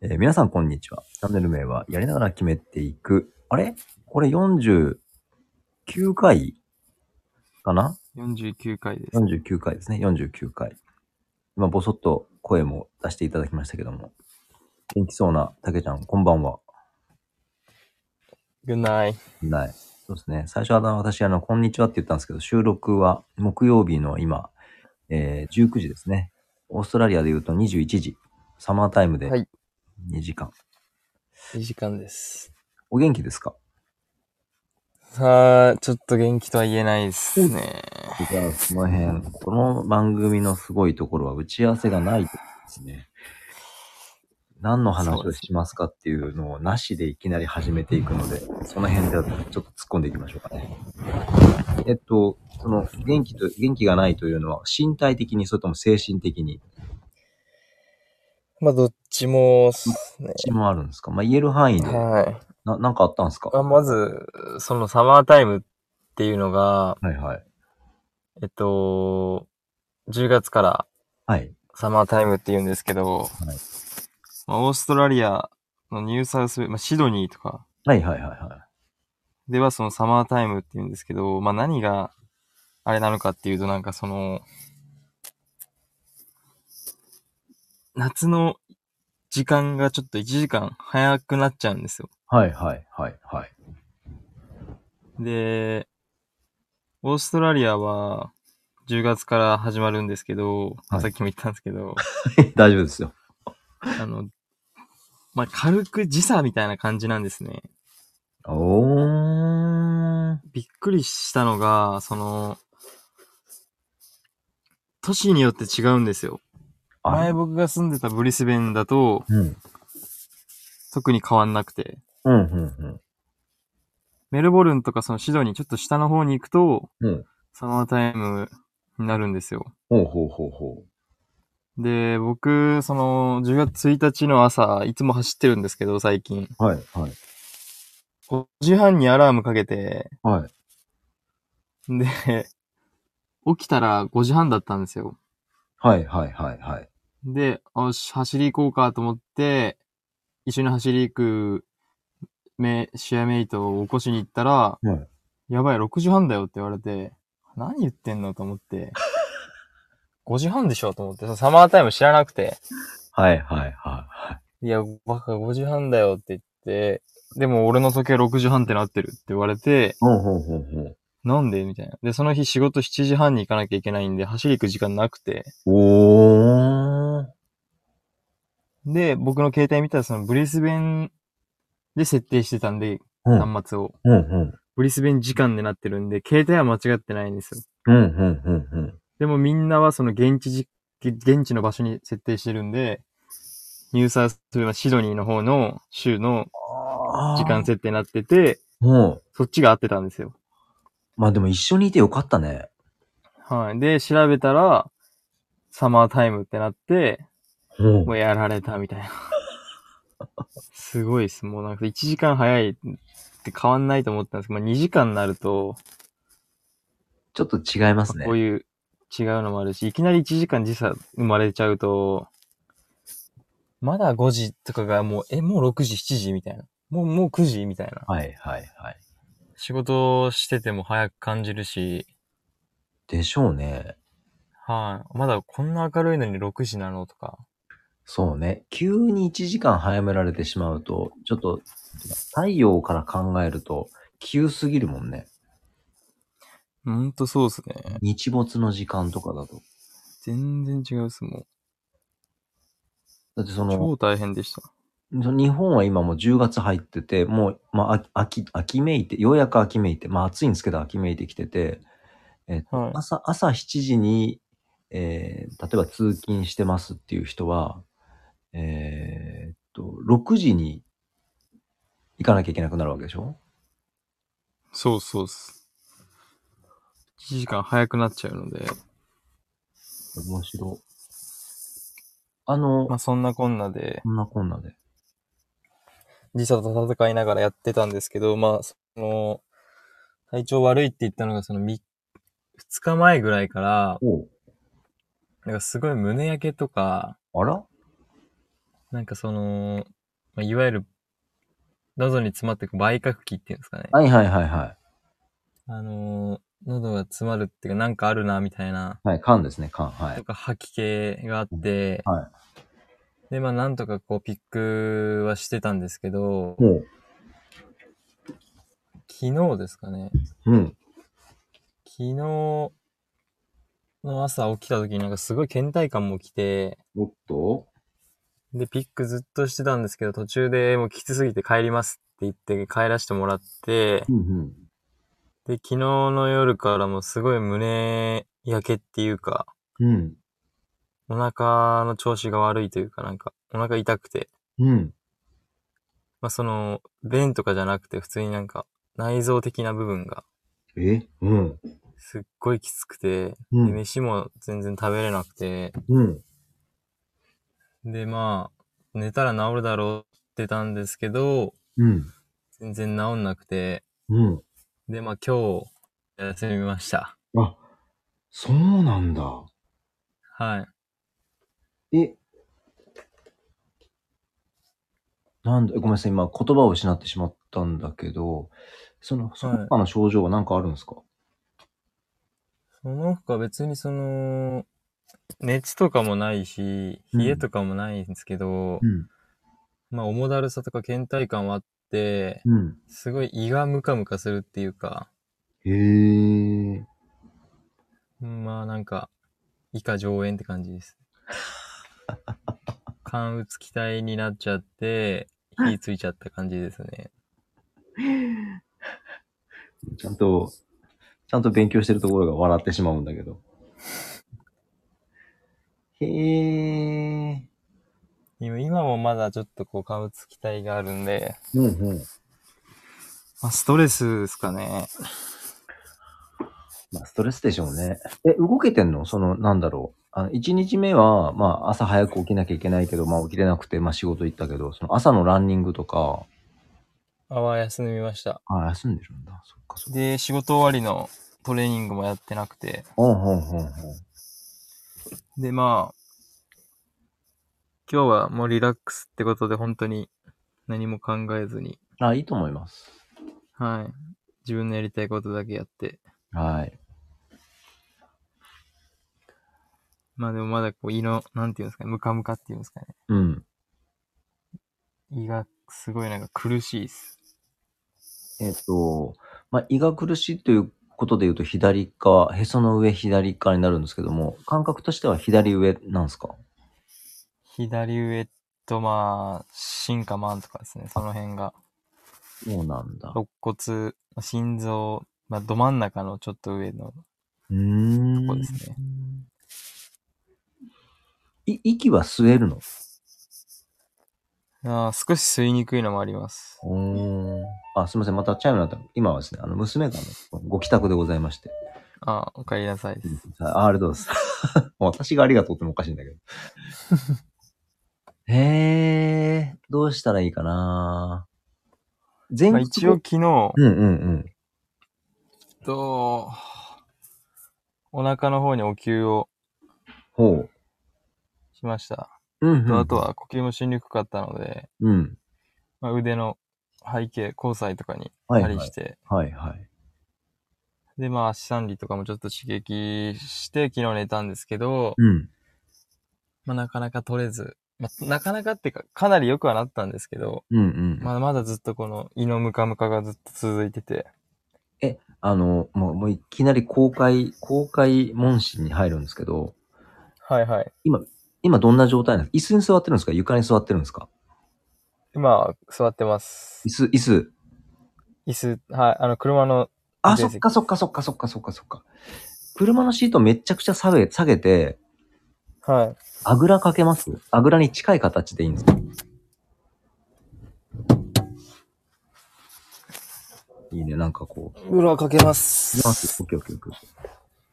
えー皆さんこんにちは。チャンネル名はやりながら決めていく。あれこれ49回かな49回です。 ?49 回ですね。49回。今、ぼそっと声も出していただきましたけども。元気そうなたけちゃん、こんばんは。 Good night. ない。そうですね。最初はあの私、あの、こんにちはって言ったんですけど、収録は木曜日の今、えー19時ですね。オーストラリアで言うと21時。サマータイムではい2時間。いい時間です。お元気ですかさあ、ちょっと元気とは言えないですね。じゃあ、その辺、この番組のすごいところは打ち合わせがないですね。何の話をしますかっていうのをなしでいきなり始めていくので、その辺でちょっと突っ込んでいきましょうかね。えっと、その元気と、元気がないというのは身体的に、それとも精神的に、まあ、どっちもっすね、どっちもあるんですかまあ、言える範囲で、はい。な、なんかあったんですかあまず、そのサマータイムっていうのが、はいはい。えっと、10月からはい。サマータイムって言うんですけど、まあ、オーストラリアのニューサウスウェ、まあ、シドニーとかはいはいはいはい。ではそのサマータイムって言うんですけど、まあ、何があれなのかっていうと、なんかその、夏の時間がちょっと1時間早くなっちゃうんですよ。はいはいはいはい。で、オーストラリアは10月から始まるんですけど、はいまあさっきも言ったんですけど、 大丈夫ですよ。あの、まあ、軽く時差みたいな感じなんですね。おー。びっくりしたのが、その、都市によって違うんですよ。あ前僕が住んでたブリスベンだと、うん。特に変わんなくて。うんうんメルボルンとかそのシドニー、ちょっと下の方に行くと、うん。うん。サマータイムになるんですよ。ほうほうほうほで、僕、その、10月1日の朝、いつも走ってるんですけど、最近。う。はいはい。 5時半にアラームかけて、はい。で、起きたら5時半だったんですよ。はいはいはいはい。で、よし、走り行こうかと思って、一緒に走り行く、め、シェアメイトを起こしに行ったら、はいやばい、6時半だよって言われて、何言ってんのと思って、5時半でしょと思って、そのサマータイム知らなくて、はいはいはいや、バカ5時半だよって言って、でも俺の時計6時半ってなってるって言われてい。、ほうほうほうほう。なんでみたいな。で、その日仕事7時半に行かなきゃいけないんで、走り行く時間なくて、おー。で、僕の携帯見たら、そのブリスベンで設定してたんで、うん。うん端末を。うん。ブリスベン時間でなってるんで、携帯は間違ってないんですうよ。んうんうんうん。でもみんなはその現地じ、現地の場所に設定してるんで、ニューサウスウェアシドニーの方の州の時間設定になってて、もそっちが合ってたんですよ。う。まあでも一緒にいてよかったね。はい。で、調べたら、サマータイムってなって、ほもうやられたみたいな。すごいです。もうなんか1時間早いって変わんないと思ったんですけど、まあ2時間になると、ちょっと違いますねこ。ういう違うのもあるし、いきなり1時間時差生まれちゃうと、まだ5時とかがもう、え、もう6時、7時みたいな。もう、もう9時みたいな。はいはいはい。仕事してても早く感じるし、でしょうね。はい。まだこんな明るいのに6時なのとか。そうね。急に1時間早められてしまうと、ちょっと、太陽から考えると、急すぎるもんね。ほんとそうっすね。日没の時間とかだと。全然違うっす、も。だってそうの、超大変でした。その日本は今もう10月入ってて、もう、まあ、秋秋、秋めいて、ようやく秋めいて、まあ暑いんですけど秋めいてきてて、えっとはい朝、朝7時に、えー例えば通勤してますっていう人は、えーっと、6時に行かなきゃいけなくなるわけでしょそうそうっす。1時間早くなっちゃうので、面白い。あの、まあそんなこんなで、こんなこんなで。時差と戦いながらやってたんですけど、まあ、その、体調悪いって言ったのが、そのみ2日前ぐらいから、おなんかすごい胸焼けとか、あらなんかその、まあ、いわゆる、喉に詰まってく倍角期っていうんですかね。はいはいはいはあのー喉が詰まるっていうか、なんかあるな、みたいな、い。はい、缶ですね、缶。はいと。か吐き気があって、うんはいで、まあ、なんとかこう、ピックはしてたんですけど、も昨日ですかね。う、うん。昨日の朝起きた時になんかすごい倦怠感も来て、おっとで、ピックずっとしてたんですけど、途中でもうきつすぎて帰りますって言って帰らせてもらって、うんうん。で、昨日の夜からもうすごい胸焼けっていうか、うん。お腹の調子が悪いというか、なんか、お腹痛くて、うん。まあその、便とかじゃなくて、普通になんか、内臓的な部分が、えうん。すっごいきつくて、うで、ん。飯も全然食べれなくて、うん。で、まあ、寝たら治るだろうってたんですけど、うん。全然治んなくて、うん。で、まあ今日、休みました。あ、そうなんだ。はい。えなんだ、ごめんなさい、今言葉を失ってしまったんだけど、その、その他の症状は何かあるんですか、その他別にその、熱とかもないし、うん冷えとかもないんですけうど、ん。まあ重だるさとか倦怠感はあって、うん。すごい胃がムカムカするっていうか、へえ。うんまあなんか、以下上炎って感じです。肝鬱気体になっちゃって、火ついちゃった感じですね。ちゃんと、ちゃんと勉強してるところが笑ってしまうんだけど。へえ。今今もまだちょっとこう、肝鬱気体があるんで、うんうん。まあ、ストレスですかね。まあ、ストレスでしょうね。え、動けてんのその、なんだろう。あの、1日目は、まあ、朝早く起きなきゃいけないけど、まあ、起きれなくて、まあ、仕事行ったけど、その朝のランニングとか、あは休みました。あ、休んでるんだ。そっかそっか。で、仕事終わりのトレーニングもやってなくて。うんうんうんうん。で、まあ、今日はもうリラックスってことで本当に何も考えずに、あ、いいと思います。はい。自分のやりたいことだけやって。はい。まあでもまだこう胃の、なんていうんですかね、ムカムカっていうんですかね。うん。胃がすごいなんか苦しいです。えっ、と、まあ、胃が苦しいということで言うと、左側、へその上左側になるんですけども、感覚としては左上なんですか左上とまあ、進化マンとかですね、その辺が。そうなんだ。肋骨、心臓、まあど真ん中のちょっと上のうーん。とこですね。い息は吸えるのああ、少し吸いにくいのもあります。おーあ、すみません。またチャイムになった。今はですね、あの、娘があのご帰宅でございまして。ああ、お帰りなさいです。あありがとうございます。 もう私がありがとうってもおかしいんだけど。 へえ、どうしたらいいかな全まあ、一応昨う、日んうんうん。と、お腹の方にお灸をほしました。う。うん、うとん。あとは呼吸もしにくかったので、うん。まあ、腕の背景、交際とかにはいは針い。して、はいはい。で、まあ足三里とかもちょっと刺激して昨日寝たんですけど、うん。まあなかなか取れず、まあ、なかなかっていうか、かなり良くはなったんですけど、うんうん。まあ、まだずっとこの胃のムカムカがずっと続いてて、あの、もう、もういきなり公開、公開問診に入るんですけど、はいはい。今どんな状態なんですか椅子に座ってるんですか床に座ってるんですか今、座ってます椅。子、椅子。椅子、はい、あの、車の、あ、でそっかそっかそっかそっかそっかそっか。車のシートめっちゃくちゃ下げ、下げて、はい。あぐらかけますあぐらに近い形でいいんですかいいね、なんかこう。裏かけますいきます。オッケーオッケーオッケーオッケ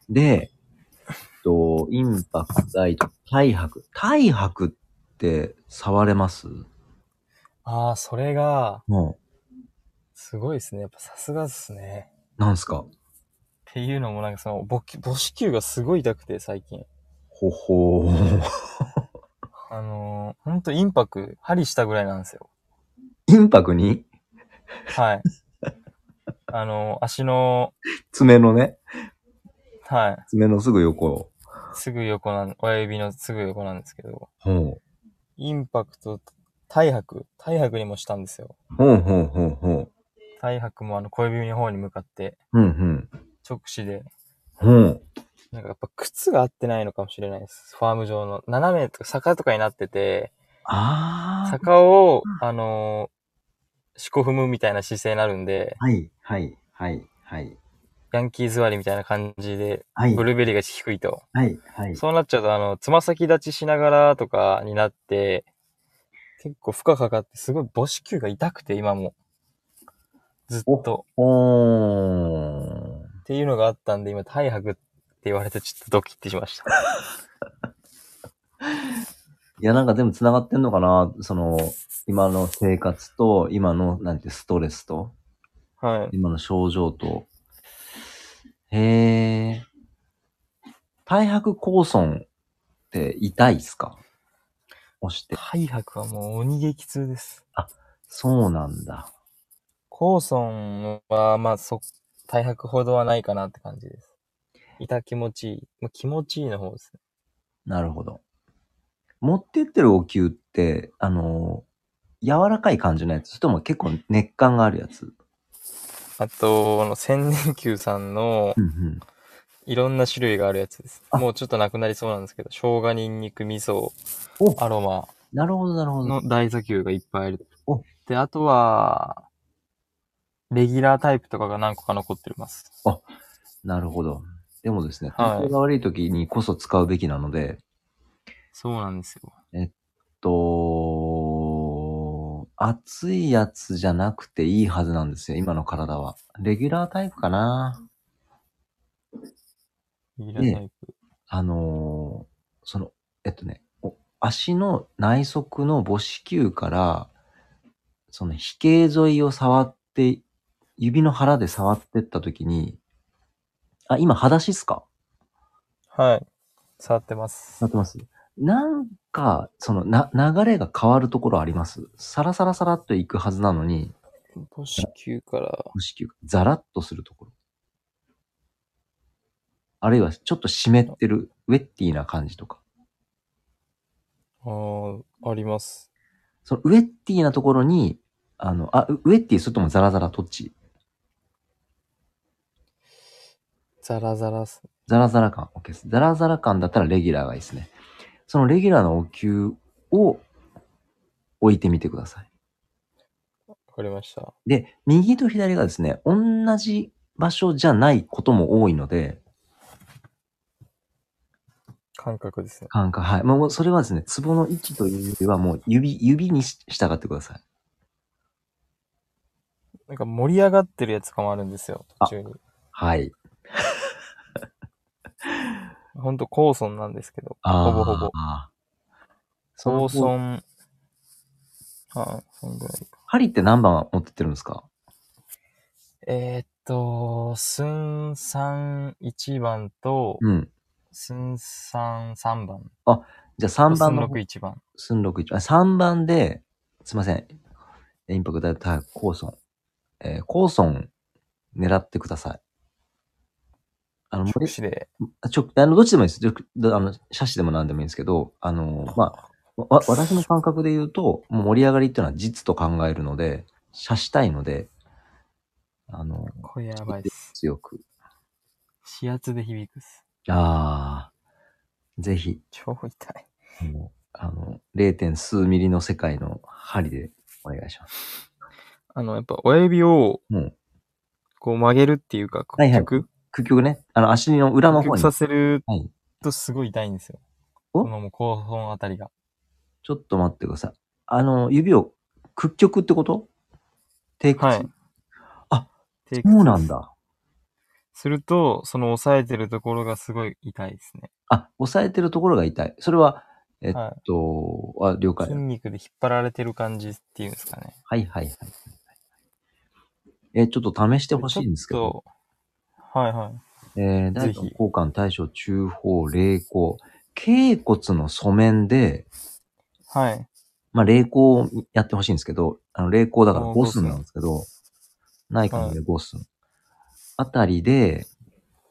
ー。で、えっと、インパクト、ライト、体拍。体拍って触れますああ、それが、もすごいですね。やっぱさすがですね。う、なんすかっていうのもなんかその、母母子球がすごい痛くて、最近。ほほー。あのー、ほんとインパク、針したぐらいなんですよ。インパクに はい。あの、足の、爪のね、はい。爪のすぐ横を。すぐ横なん、親指のすぐ横なんですけど、ほインパクト、体拍、体拍にもしたんですよ。う。ほうほうほうほう。体拍もあの小指の方に向かってうん直視で、うん。ほう。なんかやっぱ靴が合ってないのかもしれないです。ファーム上の。斜めとか坂とかになってて、ああ。坂を、あのー、四股踏むみたいな姿勢になるんで、はい、はい、はい、はい。ヤンキー座りみたいな感じで、はい、ブルーベリーが低いと。はい、はい。そうなっちゃうと、あの、つま先立ちしながらとかになって、結構負荷かかって、すごい母子球が痛くて、今も。ずっと。おー。っていうのがあったんで、今、体拍って言われて、ちょっとドキッてしました。いや、なんか全部繋がってんのかなその、今の生活と、今の、なんて、ストレスと、はい。今の症状と。へー。体白酵損って痛いっすか押して。体拍はもう鬼激痛です。そうなんだ。コーソンは、まあ、そ、体拍ほどはないかなって感じです。痛気持ちいい。まあ、気持ちいいの方ですね。なるほど。持ってってるお灸って、あの柔らかい感じのやつ、それとも結構熱感があるやつ。あと、あの、千年球さんの、うんうん。いろんな種類があるやつです。もうちょっとなくなりそうなんですけど、生姜、ニンニク、味噌お、アロマなるほど、なるほど。の大砂丘がいっぱいあるお。で、あとは、レギュラータイプとかが何個か残ってます。なるほど。でもですね、はい体調が悪い時にこそ使うべきなので、そうなんですよ。と、熱いやつじゃなくていいはずなんですよ、今の体は。レギュラータイプかなレギュラータイプ。あのーその、えっとね、お足の内側の母子球から、その皮形沿いを触って、指の腹で触ってったときに、あ、今、裸足っすかはい。触ってますな。ってますなんか、その、な、流れが変わるところありますサラサラサラっといくはずなのに、母子球から、母子球がザラッとするところ。あるいはちょっと湿ってる、ウェッティな感じとか。あーあります。そのウェッティなところに、あの、あ、ウウェッティそれともザラザラどっちザラザラっす。ザラザラ感。OK です。ザラザラ感だったらレギュラーがいいですね。そのレギュラーのお灸を置いてみてください。わかりました。で、右と左がですね、同じ場所じゃないことも多いので、感覚ですね。感覚、はい。もうそれはですね、ツボの位置というよりはもう指、指にし従ってください。なんか盛り上がってるやつとかもあるんですよ、途中に。はい。ほんと、コーソンなんですけど。あーほぼほぼ。あーそソーのソン、はい、そんぐらいか。針って何番持ってってるんですかえー、っと、スンさん1番と、うん。スンさん3番。じゃあ3番のの6、1番。すんろく一番。3番で、すいません。インパクトタイプ、コーソン。えー、コーソン狙ってください。あの、直視で。ちょ、あの、どっちでもいいです。ちょあの、写真でも何でもいいんですけど、あの、まあ、わわ私の感覚で言うと、もう盛り上がりっていうのは実と考えるので、写したいので、あの、これやばいです。強く。視圧で響くっす。ああ、ぜひ、超痛い。あのあの、0. 数ミリの世界の針でお願いします。あの、やっぱ親指をうん、こう曲げるっていうか、はいはい曲結局ね、あの、足の裏の方曲に。さはせるい。とすごい痛いんですよ。おこのもう後方あたりが。ちょっと待ってください。あの、指を屈曲ってこと低屈、はい。あ、テイクそうなんだ。すると、その押さえてるところがすごい痛いですね。あ、押さえてるところが痛い。それは、えっはと、あ、了い。解。筋はい肉で引っ張られてる感じっていうんですかね。はいはい。え、ちょっと試してほしいんですけど。ちょっと。はいはい。えー、ぜ大ひ腸交換対象中方霊光。頸骨の素面で、はい。まあ、霊行やってほしいんですけど、あの、霊行だからあー5寸なんですけど、ないかので5寸。あたりで、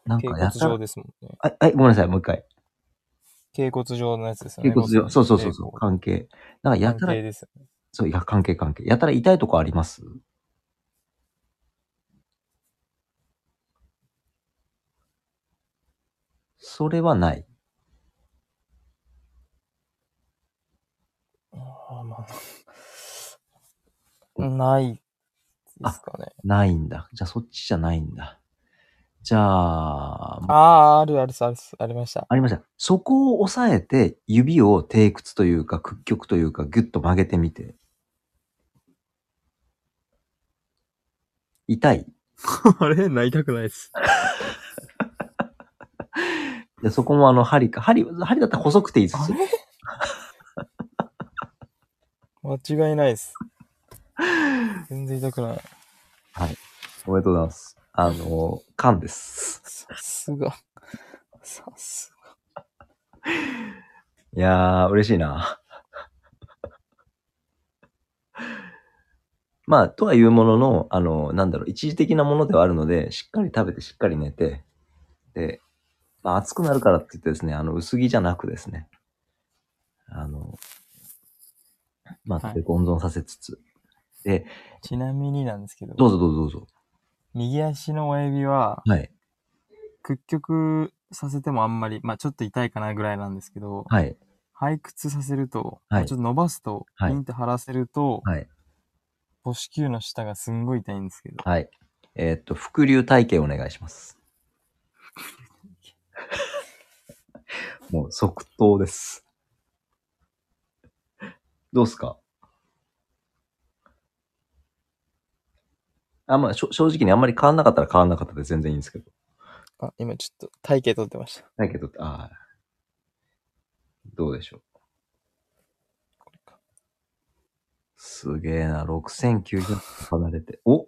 なん頸かや骨った状ら、ですもんね。あ、あごめんなさい、もう一回。頸骨状のやつですよね。結骨上、そうそうそうそう、関関係。なんかやたら係、ですよね。そう、いや、関係関係。やたら痛いとこありますそれはない。あーまあ、ないですかね。ないんだ。じゃあそっちじゃないんだ。じゃあ、あああー、あるあるあるあり ました。りました。そこを押さえて指を低屈というか屈曲というかギュッと曲げてみて。痛いあれ泣いたくないです。でそこもあの針か。針、針だったら細くていいです。あれ間違いないです。全然痛くない。おめでとうございます。あの、缶です。さすが。さすいやー、嬉しいな。 まあ、とはいうものの、あの、なんだろう、一時的なものではあるので、しっかり食べて、しっかり寝て、で、まあ、暑くなるからって言ってですね、あの、薄着じゃなくですね、あの、まはあ、い温存させつつ、が。ちなみになんですけど、どうぞどうぞどうぞ。右足の親指ははい。屈曲させてもあんまり、まあちょっと痛いかなぐらいなんですけど、はい。背屈させると、はいもうちょっと伸ばすと、はいピンって張らせると、はい。母子球の下がすんごい痛いんですけど、はい。えーっと、伏流体験お願いします。もう即答です。どうっすかあんましょ正直にあんまり変わんなかったら変わんなかったで全然いいんですけど。あ、今ちょっと体型取ってました。だけど、ああ。どうでしょう。これかすげえな、6900離れて。お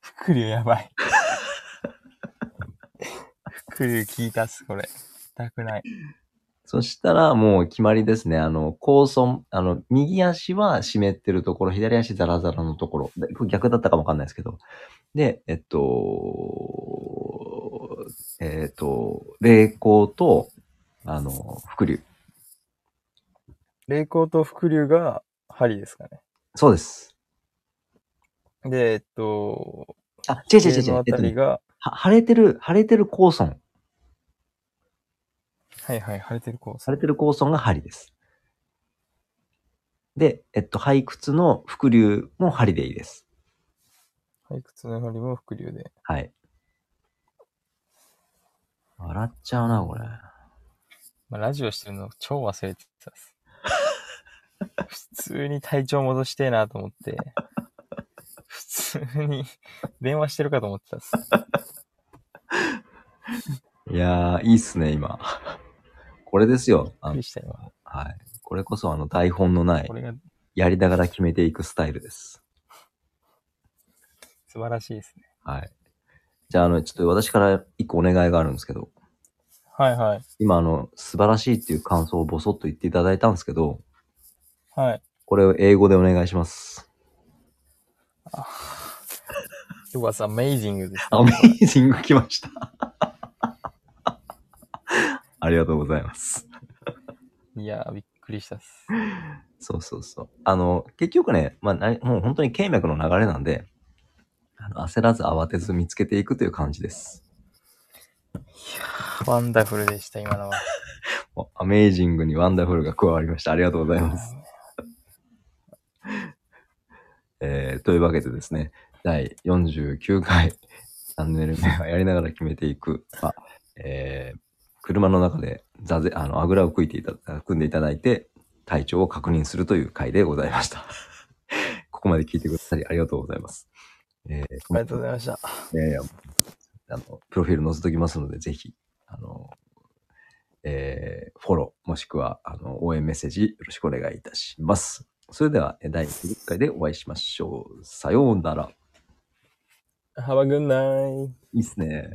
伏流やばい。伏流効いたっす、これ。痛くない。そしたらもう決まりですね。あの、高尊、あの、右足は湿ってるところ、左足ザラザラのところ。でこれ逆だったかもわかんないですけど。で、えっと、えっと、霊光と、あの、伏流。霊光と伏流が針ですかね。そうです。で、えっと、あ、違う違う違う上違のうあ。えったとりね、が、は腫れてる、腫れてる高尊。はいはい、腫れてるコースさ。れてる構損が針です。で、えっと、背屈の伏流も針でいいです。背屈の針も伏流で。はい。笑っちゃうな、これ。まあ、ラジオしてるの超忘れてたっす。普通に体調戻してえなと思って、普通に電話してるかと思ってたっす。いやー、いいっすね、今。 これですよ。びっあくのりした今。はい。これこそ、あの、台本のないこ、れがやりながら決めていくスタイルです。素晴らしいですね。はい。じゃあ、あの、ちょっと私から一個お願いがあるんですけど、はいはい。今、あの、素晴らしいっていう感想をボソッと言っていただいたんですけど、はい。これを英語でお願いします。 It was amazing です、アメイジング来ました。 ありがとうございます。いやー、びっくりしたっす。そうそうそう。あの、結局ね、まあ、なもう本当に経脈の流れなんで、あの焦らず慌てず見つけていくという感じです。 ワンダフルでした、今の は。おアメイジングにワンダフルが加わりました。ありがとうございます。えー、というわけでですね、第49回チャンネル名はやりながら決めていく。まあえー、車の中で座禅、あの、あぐらを組いていただ、組んでいただいて、体調を確認するという回でございました。 ここまで聞いてくださりありがとうございます。えー、ありがとうございました。いやいや、あの、プロフィール載せときますので、ぜひ、あの、えー、フォロー、もしくは、あの、応援メッセージ、よろしくお願いいたします。それでは、え第20回でお会いしましょう。さようなら。 Have a good night. いいっすね。